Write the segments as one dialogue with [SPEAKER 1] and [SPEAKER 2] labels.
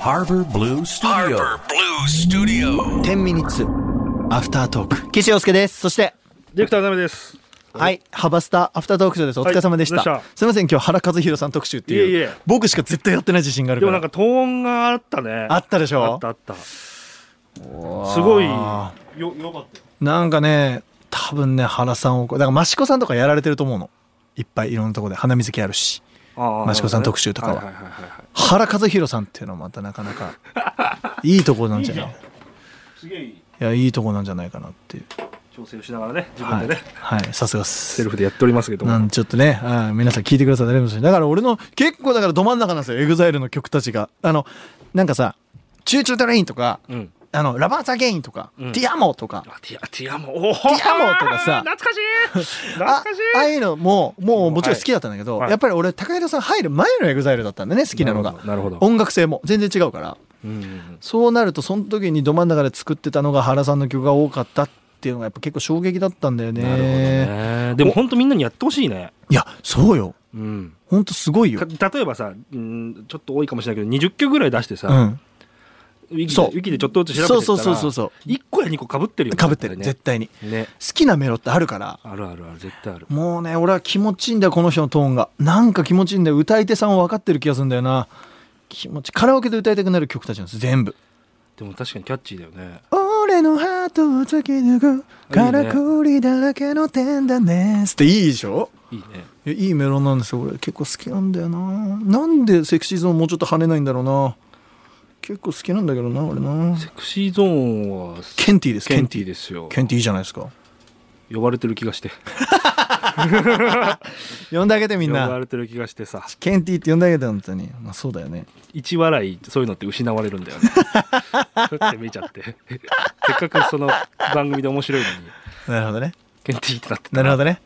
[SPEAKER 1] Harbor Blue Studio.
[SPEAKER 2] Harbor Blue Studio.
[SPEAKER 3] 10ミニッツアフタートーク岸洋介ですそして
[SPEAKER 4] ディレクターダメです。
[SPEAKER 3] はいハバスタアフタートークショーですお疲れ様でした,、
[SPEAKER 4] はいどうでした
[SPEAKER 3] すいません今日原和弘さん特集っていう
[SPEAKER 4] いえいえ
[SPEAKER 3] 僕しか絶対やってない自信がある
[SPEAKER 4] で
[SPEAKER 3] か
[SPEAKER 4] も
[SPEAKER 3] ら
[SPEAKER 4] なんかトーンがあったね。
[SPEAKER 3] あったでしょ
[SPEAKER 4] あったあった。すごいよよかったよ。
[SPEAKER 3] なんかね多分ね原さんをこうだから益子さんとかやられてると思うのいっぱいいろんなところで花水木あるし
[SPEAKER 4] あー
[SPEAKER 3] 益子さん特集とかは
[SPEAKER 4] なるほどねいい
[SPEAKER 3] 原和弘さんっていうのはまたなかな かいいとこなんじゃないい
[SPEAKER 4] すげえいい
[SPEAKER 3] やいいとこなんじゃないかなっていう
[SPEAKER 4] 調整をしながらね、自
[SPEAKER 3] は
[SPEAKER 4] 分
[SPEAKER 3] い
[SPEAKER 4] でね、、
[SPEAKER 3] はい、さすがっす
[SPEAKER 4] セルフでやっておりますけども。
[SPEAKER 3] なんちょっとね、あー皆さん聞いてください。誰もだから俺の結構だからど真ん中なんですよ。エグザイルの曲たちが。あの、なんかさ、チューチュートレインとか、
[SPEAKER 4] うん
[SPEAKER 3] あの、ラバーザゲインとか、
[SPEAKER 4] ん
[SPEAKER 3] ティアモとか、
[SPEAKER 4] あティア、ティアモ。おテ
[SPEAKER 3] ティアモとかさ
[SPEAKER 4] 懐かしい懐
[SPEAKER 3] あ
[SPEAKER 4] かし
[SPEAKER 3] ああ
[SPEAKER 4] い
[SPEAKER 3] いうのも、もうもちろん好きだったんだけど、
[SPEAKER 4] はい
[SPEAKER 3] やっぱり俺、高平さん入る前のエグザイルだったんだね、好きなのが。
[SPEAKER 4] なるほどなるほど
[SPEAKER 3] 音楽性も全然違うから。
[SPEAKER 4] うん
[SPEAKER 3] そうなると、その時にど真ん中で作ってたのが原さんの曲が多かったっていうのがやっぱ結構衝撃だったんだよね。
[SPEAKER 4] なるほどね。でも本当みんなにやってほしいね。
[SPEAKER 3] いや、そうよ。
[SPEAKER 4] うん。
[SPEAKER 3] ほんとすごいよ。
[SPEAKER 4] か例えばさ、うんちょっと多いかもしれないけど、20曲ぐらい出してさ、
[SPEAKER 3] うん。
[SPEAKER 4] ウィキ
[SPEAKER 3] そう
[SPEAKER 4] でウィキでちょっとずつ調べてった
[SPEAKER 3] そう
[SPEAKER 4] ら
[SPEAKER 3] そうそうそうそう。
[SPEAKER 4] 1個や2個かぶってるよね
[SPEAKER 3] かぶってる、
[SPEAKER 4] 絶
[SPEAKER 3] 絶対に。
[SPEAKER 4] 対ねね
[SPEAKER 3] 好きなメロってあるから
[SPEAKER 4] あるあるある絶対ある
[SPEAKER 3] もうね俺は気持ちいいんだよこの人のトーンがなんか気持ちいいんだよ歌い手さんは分かってる気がするんだよな気持ちカラオケで歌いたくなる曲たちなんです全部
[SPEAKER 4] でも確かにキャッチーだよね
[SPEAKER 3] 俺のハートを突き抜くからくりだらけの点だねっていいでしょ
[SPEAKER 4] いいね
[SPEAKER 3] いやいいメロなんですよ俺結構好きなんだよななんでセクシーゾーンもうちょっと跳ねないんだろうな結構好きなんだけどな俺な
[SPEAKER 4] セクシーゾーンは
[SPEAKER 3] ケンティーです
[SPEAKER 4] ケンティーですよ
[SPEAKER 3] ケンティーいいじゃないですか
[SPEAKER 4] 呼ばれてる気がして
[SPEAKER 3] 呼んであげてみ
[SPEAKER 4] 呼
[SPEAKER 3] ん
[SPEAKER 4] ば
[SPEAKER 3] な
[SPEAKER 4] れてる気がしてさ
[SPEAKER 3] ケンティーって呼んであげて本当にまあそうだよね
[SPEAKER 4] 一笑いそういうのって失われるん だよねふって見ちゃって せっかくその番組で面白いのに
[SPEAKER 3] なるほどね
[SPEAKER 4] ケンティーってなってた
[SPEAKER 3] なるほどね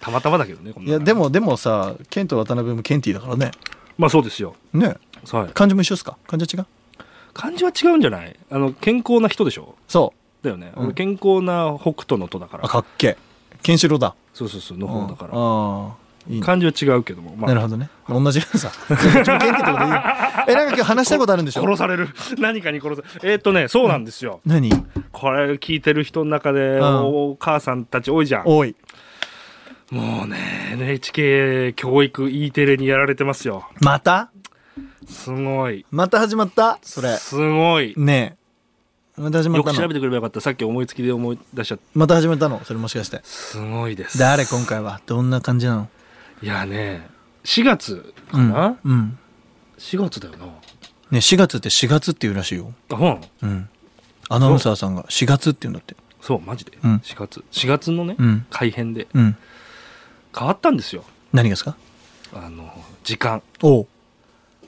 [SPEAKER 4] たまたまだけどねこん
[SPEAKER 3] い
[SPEAKER 4] なの
[SPEAKER 3] やでもでもさケンと渡辺もケンティーだからね
[SPEAKER 4] まあそうですよ
[SPEAKER 3] ね
[SPEAKER 4] はい
[SPEAKER 3] 漢字も一緒ですか漢字は違う
[SPEAKER 4] 漢字は違うんじゃないあの健康な人でしょ
[SPEAKER 3] そう
[SPEAKER 4] だよね、
[SPEAKER 3] うん
[SPEAKER 4] 俺健康な北斗のとだから
[SPEAKER 3] あかっけえケンシロウだ
[SPEAKER 4] そうそうそうの方だか
[SPEAKER 3] う
[SPEAKER 4] ら
[SPEAKER 3] んああいいね
[SPEAKER 4] 漢字は違うけども、ま
[SPEAKER 3] なるほどね同じやつさ どっちもケンティーってことでいいよえなんか今日話したいことあるんでしょ
[SPEAKER 4] 殺される 何かに殺されるえーっとねそうなんですよ、
[SPEAKER 3] 何
[SPEAKER 4] これ聞いてる人の中で、
[SPEAKER 3] うん
[SPEAKER 4] お母さんたち多いじゃん
[SPEAKER 3] 多い
[SPEAKER 4] もうね NHK 教育 E テレにやられてますよ
[SPEAKER 3] また
[SPEAKER 4] すごい
[SPEAKER 3] また始まったそれ
[SPEAKER 4] すごい
[SPEAKER 3] ねえまた始ま
[SPEAKER 4] よ
[SPEAKER 3] った
[SPEAKER 4] く調べ
[SPEAKER 3] の
[SPEAKER 4] てくればよかったさっき思いつきで思い出しちゃった
[SPEAKER 3] また始まったのそれもしかして
[SPEAKER 4] すごいです
[SPEAKER 3] 誰今回はどんな感じなの
[SPEAKER 4] いやね4月か
[SPEAKER 3] うん
[SPEAKER 4] な、
[SPEAKER 3] うん
[SPEAKER 4] 4月だよな
[SPEAKER 3] ね4月って4月っていうらしいよ
[SPEAKER 4] あほん
[SPEAKER 3] うんアナウンサーさんが4月って言うんだって
[SPEAKER 4] そうマジで、
[SPEAKER 3] うん
[SPEAKER 4] 4月4月のね、
[SPEAKER 3] うん
[SPEAKER 4] 改編で
[SPEAKER 3] うん
[SPEAKER 4] 変わったんですよ
[SPEAKER 3] 何がですか
[SPEAKER 4] あの時間
[SPEAKER 3] お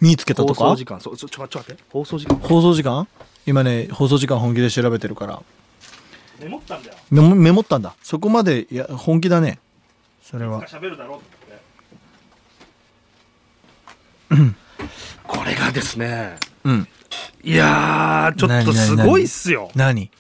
[SPEAKER 3] 見つけた
[SPEAKER 4] 放
[SPEAKER 3] と
[SPEAKER 4] 送
[SPEAKER 3] か
[SPEAKER 4] 時間そうそうちょちょ待って放送時間
[SPEAKER 3] 放送時間今ね放送時間本気で調べてるから
[SPEAKER 4] メモったんだよ
[SPEAKER 3] メモメモったんだそこまでいや本気だねそれは
[SPEAKER 4] 喋るだろうってこれがですね
[SPEAKER 3] うん
[SPEAKER 4] いやーちょっとすごいっすよ
[SPEAKER 3] 何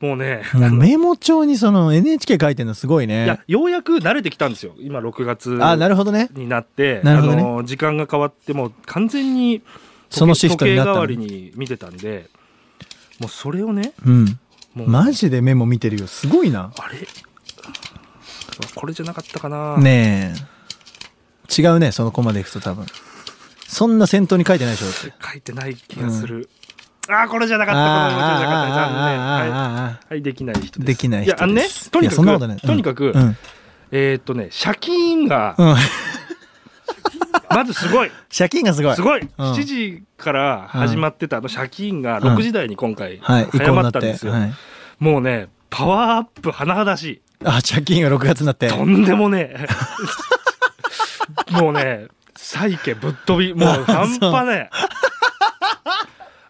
[SPEAKER 4] もうね
[SPEAKER 3] もうメモ帳にその NHK 書いてるのすごい
[SPEAKER 4] い
[SPEAKER 3] ね
[SPEAKER 4] やようやく慣れてきたんですよ今6月
[SPEAKER 3] あなるほどね
[SPEAKER 4] になって
[SPEAKER 3] なるほどね
[SPEAKER 4] あの時間が変わってもう完全に
[SPEAKER 3] そのシフトになったの
[SPEAKER 4] 時計代わりに見てたんでもうそれをね
[SPEAKER 3] うん
[SPEAKER 4] もう
[SPEAKER 3] マジでメモ見てるよすごいな
[SPEAKER 4] あれこれじゃなかったかな、
[SPEAKER 3] ねえ違うねそのコマでいくと多分そんな先頭に書いてないでしょだって
[SPEAKER 4] 書いてない気がする、ああこれじゃなかったこの文字じゃなかった残念はい
[SPEAKER 3] あーあーあーあーあーあー
[SPEAKER 4] はい、できない人です。
[SPEAKER 3] できない人です
[SPEAKER 4] や、あのね、と
[SPEAKER 3] い
[SPEAKER 4] に
[SPEAKER 3] や
[SPEAKER 4] か
[SPEAKER 3] そんなこと
[SPEAKER 4] く、
[SPEAKER 3] ないうん
[SPEAKER 4] とにかく、
[SPEAKER 3] うん
[SPEAKER 4] えーっとね、借金が、
[SPEAKER 3] うん
[SPEAKER 4] まずす ごい、
[SPEAKER 3] 借金がすごい
[SPEAKER 4] すごい、
[SPEAKER 3] うん
[SPEAKER 4] 7時から始まってたあの借金が
[SPEAKER 3] うん
[SPEAKER 4] 6時台に今回、
[SPEAKER 3] はい、移
[SPEAKER 4] 早
[SPEAKER 3] 行に
[SPEAKER 4] ま
[SPEAKER 3] な
[SPEAKER 4] っ
[SPEAKER 3] った
[SPEAKER 4] ん
[SPEAKER 3] て。
[SPEAKER 4] ですよ。
[SPEAKER 3] はい、
[SPEAKER 4] もうね、パワーアップ甚だしい。
[SPEAKER 3] あ、借金が6月になって。
[SPEAKER 4] とんでもねえ。 もうね、債家ぶっ飛び、もう半端ねえ。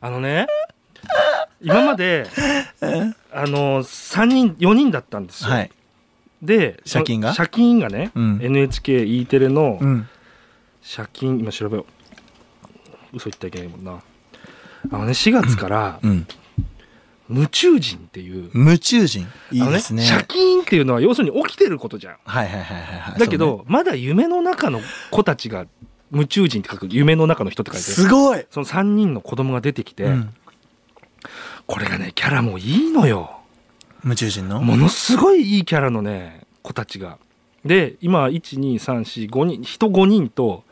[SPEAKER 4] あのね、今まで、あの、3人、4人だったんですよ。
[SPEAKER 3] はい。
[SPEAKER 4] で、
[SPEAKER 3] 借金が
[SPEAKER 4] その借金がね、
[SPEAKER 3] うん
[SPEAKER 4] NHKE テレの
[SPEAKER 3] うん。
[SPEAKER 4] 借金、今調べよう。嘘言ったらいけないもんな。あのね、4月から、
[SPEAKER 3] うん。
[SPEAKER 4] 夢中人っていう、
[SPEAKER 3] 夢中人。いい
[SPEAKER 4] あの
[SPEAKER 3] ですね。
[SPEAKER 4] 借金っていうのは要するに起きてることじゃん。
[SPEAKER 3] はいはいはいはいはい。
[SPEAKER 4] だけど、まだ夢の中の子たちが夢中人って書く夢の中の人って書いて
[SPEAKER 3] すごい、
[SPEAKER 4] その3人の子供が出てきて、
[SPEAKER 3] うん、
[SPEAKER 4] これがねキャラもいいのよ
[SPEAKER 3] 夢中人の
[SPEAKER 4] ものすごいいいキャラのね子たちがで今12345人人5人と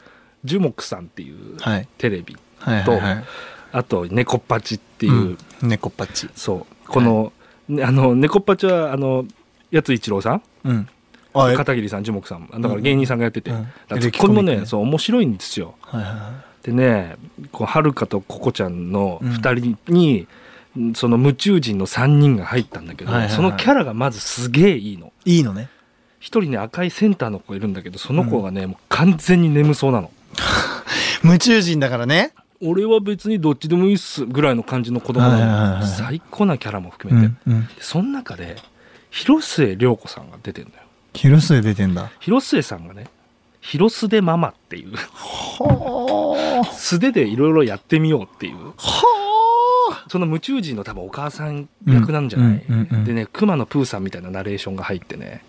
[SPEAKER 4] 樹木さんっていう
[SPEAKER 3] はい
[SPEAKER 4] テレビ
[SPEAKER 3] はいはいはい
[SPEAKER 4] あと猫っぱちっていう、
[SPEAKER 3] うん猫パッチ
[SPEAKER 4] そうこの、ねあの猫っぱちはあのやつ一郎さん
[SPEAKER 3] うんあえ
[SPEAKER 4] 片桐さん樹木さんだから芸人さんがやってて、
[SPEAKER 3] うん
[SPEAKER 4] だから
[SPEAKER 3] エ
[SPEAKER 4] ツ
[SPEAKER 3] レ
[SPEAKER 4] ッ
[SPEAKER 3] キ
[SPEAKER 4] コ
[SPEAKER 3] コ
[SPEAKER 4] ミ
[SPEAKER 3] ミ
[SPEAKER 4] も
[SPEAKER 3] ックね
[SPEAKER 4] ねそう面白いんですよ
[SPEAKER 3] はいはいは
[SPEAKER 4] でねこうはるかとここちゃんの
[SPEAKER 3] うん
[SPEAKER 4] 2人に、んその夢中人の3人が入ったんだけど、
[SPEAKER 3] はいはいはい
[SPEAKER 4] そのキャラがまずすげえいいの
[SPEAKER 3] いいいのね
[SPEAKER 4] 一人ね赤いセンターの子いるんだけどその子がね、もう完全に眠そうなの
[SPEAKER 3] 夢中人だからね
[SPEAKER 4] 俺は別にどっちでもいいっすぐらいの感じの子供
[SPEAKER 3] はいはいはい
[SPEAKER 4] な
[SPEAKER 3] は
[SPEAKER 4] の
[SPEAKER 3] い
[SPEAKER 4] 最高なキャラも含
[SPEAKER 3] う
[SPEAKER 4] めて、
[SPEAKER 3] んうん
[SPEAKER 4] でその中で広末涼子さんが出てるのよ
[SPEAKER 3] 広末出てんだ
[SPEAKER 4] 広末さんがね広末ママっていう
[SPEAKER 3] はあ
[SPEAKER 4] 素手でいろいろやってみようっていう
[SPEAKER 3] はあ
[SPEAKER 4] その夢中人の多分お母さん役なんじゃない、
[SPEAKER 3] うんうんうんうん
[SPEAKER 4] でね熊野プーさんみたいなナレーションが入ってね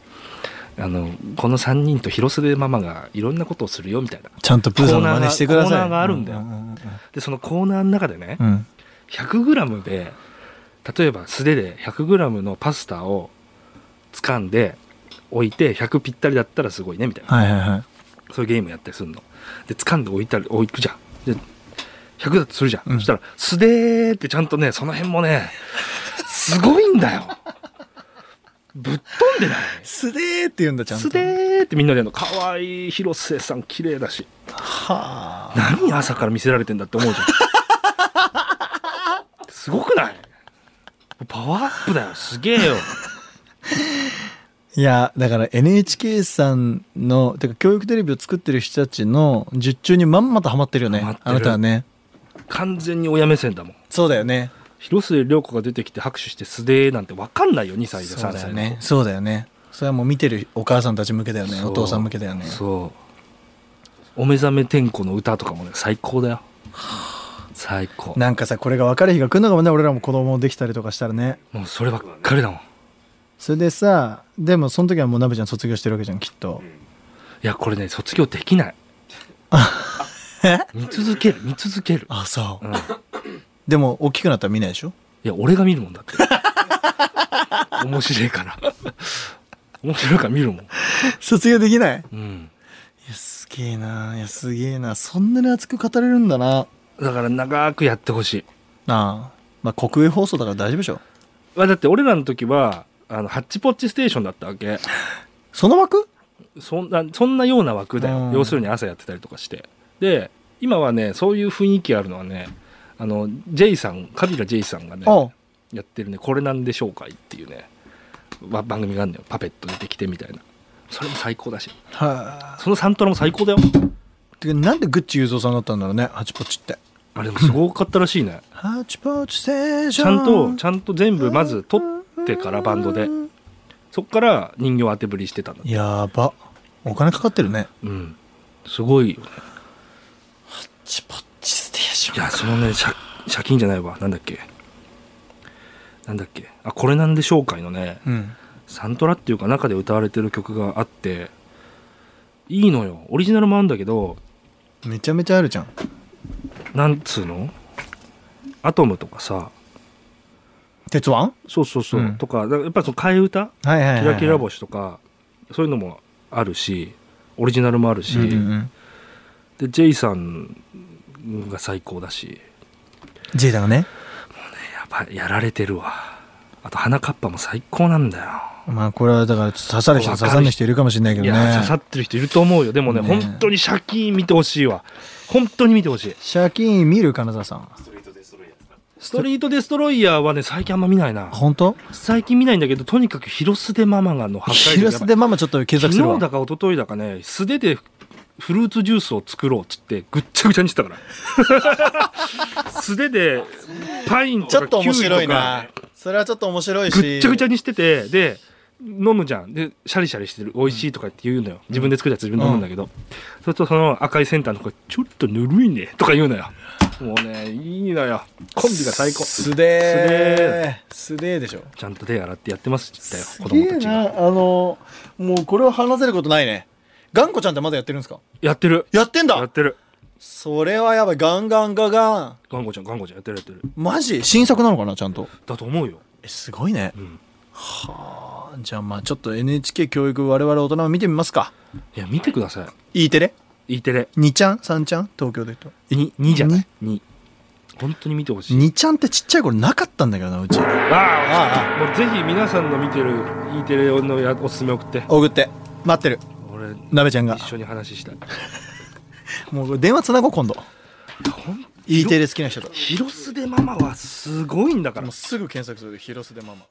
[SPEAKER 4] あのこの3人と広末ママがいろんなことをするよみたいな
[SPEAKER 3] ちゃんとプーさんの真似してください
[SPEAKER 4] コーナーがあるんだよ
[SPEAKER 3] ううん
[SPEAKER 4] でそのコーナーの中でね
[SPEAKER 3] うんうん
[SPEAKER 4] 100g で例えば素手で 100g のパスタを掴んで置いて100ぴったりだったらすごいねみたいな
[SPEAKER 3] はいはいはい
[SPEAKER 4] そういうゲームやったりするので掴んで置いたり置くじゃんで100だとするじゃん、
[SPEAKER 3] うん
[SPEAKER 4] そしたら素手ってちゃんとねその辺もねすごいんだよぶっ飛んでない
[SPEAKER 3] 素手って言うんだちゃんと
[SPEAKER 4] 素手ってみんなでやるのかわいい広末さん綺麗だし
[SPEAKER 3] はあ
[SPEAKER 4] 何朝から見せられてんだって思う じゃんすごくないパワーアップだよすげえよ
[SPEAKER 3] いやだから NHK さんのてか教育テレビを作ってる人たちの術中にまんまとハマってるよね
[SPEAKER 4] ハマってる
[SPEAKER 3] あなたはね
[SPEAKER 4] 完全に親目線だもん
[SPEAKER 3] そうだよね
[SPEAKER 4] 広末涼子が出てきて拍手して素手なんて分かんないよ2歳で
[SPEAKER 3] そう
[SPEAKER 4] 3
[SPEAKER 3] だ
[SPEAKER 4] 歳
[SPEAKER 3] よ
[SPEAKER 4] で
[SPEAKER 3] ねそうだよねそれはもう見てるお母さんたち向けだよねお父さん向けだよね
[SPEAKER 4] そうお目覚め天子の歌とかもね最高だよ最高
[SPEAKER 3] なんかさこれが分かる日が来るのかもね俺らも子供できたりとかしたらね
[SPEAKER 4] もうそればっかりだもんい
[SPEAKER 3] それでさでもその時はもうなべちゃん卒業してるわけじゃんきっと
[SPEAKER 4] やこれね卒業で きない
[SPEAKER 3] え
[SPEAKER 4] 見続ける見続ける、、
[SPEAKER 3] あそううんでも大きくなったら見ないでしょ
[SPEAKER 4] いや、俺が見るもんだって。 面白いから。面白いから見るもん。
[SPEAKER 3] 卒業できない
[SPEAKER 4] うん。
[SPEAKER 3] いやすげえないやすげえなそんなに熱く語れるんだな
[SPEAKER 4] だから長くやってほしい。
[SPEAKER 3] ああまあ国営放送だから大丈夫でしょ
[SPEAKER 4] まあだって俺らの時は、あの、ハッチポッチステーションだったわけ。
[SPEAKER 3] その枠
[SPEAKER 4] そんな、そんなような枠だよ。
[SPEAKER 3] うん
[SPEAKER 4] 要するに朝やってたりとかして。で、今はね、そういう雰囲気あるのはね、あの、J さん、カビラ J さんがね、
[SPEAKER 3] おう
[SPEAKER 4] やってるね、これなんでしょうかいっていうね、わ番組があるのよ。パペット出てきてみたいな。それも最高だし。
[SPEAKER 3] はあ
[SPEAKER 4] そのサントラも最高だよ。
[SPEAKER 3] てかなんでグッチ雄三さんだったんだろうねハチポチって
[SPEAKER 4] あれもすごかったらしいね。
[SPEAKER 3] ハチポチステーシ
[SPEAKER 4] ち
[SPEAKER 3] ョ
[SPEAKER 4] ゃんと
[SPEAKER 3] ン
[SPEAKER 4] ちゃんと全部まず撮ってからバンドでそっから人形当てぶりしてたんだって
[SPEAKER 3] やばお金かかってるね
[SPEAKER 4] うんすごいよね
[SPEAKER 3] ハチポチステーシ
[SPEAKER 4] いやそのね借借金じゃないわなんだっけなんだっけあこれなんでしょうかいのね
[SPEAKER 3] うん
[SPEAKER 4] サントラっていうか中で歌われてる曲があっていいのよオリジナルもあるんだけど
[SPEAKER 3] めちゃめちゃあるじゃん
[SPEAKER 4] なんつうのアトムとかさ
[SPEAKER 3] 鉄腕はい
[SPEAKER 4] そうそうそう、
[SPEAKER 3] うん
[SPEAKER 4] とかだからやっぱりその替え歌
[SPEAKER 3] はいはい、
[SPEAKER 4] キラキラ星とかそういうのもあるしオリジナルもあるし、
[SPEAKER 3] うんうんうん
[SPEAKER 4] で J さんが最高だし
[SPEAKER 3] ジェイダがね
[SPEAKER 4] やばいやられてるわあと花かっぱも最高なんだよ、
[SPEAKER 3] まあこれはだからちょっと刺さる人
[SPEAKER 4] わ
[SPEAKER 3] 刺
[SPEAKER 4] かる
[SPEAKER 3] さない人いるかもしれないけ
[SPEAKER 4] い
[SPEAKER 3] どね
[SPEAKER 4] や刺さってる人いると思うよでもね
[SPEAKER 3] ね
[SPEAKER 4] 本当にシャキーン見てほしいわ本当に見てほしい
[SPEAKER 3] シャキーン見る金沢さん
[SPEAKER 4] ストリートデストロイヤーはね最近あんま見ないな
[SPEAKER 3] 本当
[SPEAKER 4] 最近見ないんだけどとにかく広須でママがの破壊力
[SPEAKER 3] 広
[SPEAKER 4] やば
[SPEAKER 3] 瀬
[SPEAKER 4] い
[SPEAKER 3] でママちょっと検索する
[SPEAKER 4] 昨日だ
[SPEAKER 3] わ
[SPEAKER 4] か一昨日だかね素手でフルーツジュースを作ろうっつってぐっちゃぐちゃにしてたから 素手でパインとかキウイとか
[SPEAKER 3] それはちょっと面白い
[SPEAKER 4] ぐっちゃぐちゃにしててで飲むじゃんでシャリシャリしてる美味しいとかって言うのよ自分で作ったやつ自分で飲むんだけど、それとその赤いセンターの子がちょっとぬるいねとか言うのよもうねいいのよコンビが最高
[SPEAKER 3] 素でー素でーでしょ
[SPEAKER 4] ちゃんと手洗ってやってますって言ったよ
[SPEAKER 3] す
[SPEAKER 4] 子
[SPEAKER 3] げ
[SPEAKER 4] 供
[SPEAKER 3] え
[SPEAKER 4] たちが
[SPEAKER 3] なあのもうこれを話せることないね頑固ちゃんってまだやってるんですか
[SPEAKER 4] やってる
[SPEAKER 3] やってん
[SPEAKER 4] や
[SPEAKER 3] だ
[SPEAKER 4] ってる
[SPEAKER 3] それはやばいガンガンガンガン
[SPEAKER 4] ガンゴちゃんガンゴちゃんやってるやってる
[SPEAKER 3] マジ新作なのかなちゃんと
[SPEAKER 4] だと思うよ
[SPEAKER 3] えすごいね
[SPEAKER 4] うん
[SPEAKER 3] はあじゃあまあちょっと NHK 教育我々大人も見てみますか
[SPEAKER 4] いや見てくださ
[SPEAKER 3] E テレ
[SPEAKER 4] い E テレ
[SPEAKER 3] 2ちゃん3ちゃん東京で言うと
[SPEAKER 4] に2じゃない2本当に見てほしい
[SPEAKER 3] 2ちゃんってちっちゃい頃なかったんだけどなうち
[SPEAKER 4] あ
[SPEAKER 3] あ
[SPEAKER 4] あもうぜひ皆さんの見てる E テレのやおすすめ送って
[SPEAKER 3] 送って待ってる
[SPEAKER 4] 俺
[SPEAKER 3] 鍋ちゃんが
[SPEAKER 4] 一緒に話したい
[SPEAKER 3] もう電話つなごう今度
[SPEAKER 4] ほん
[SPEAKER 3] E テレ好きな人と
[SPEAKER 4] 広須でママはすごいんだから
[SPEAKER 3] もうすぐ検索する広瀬でママ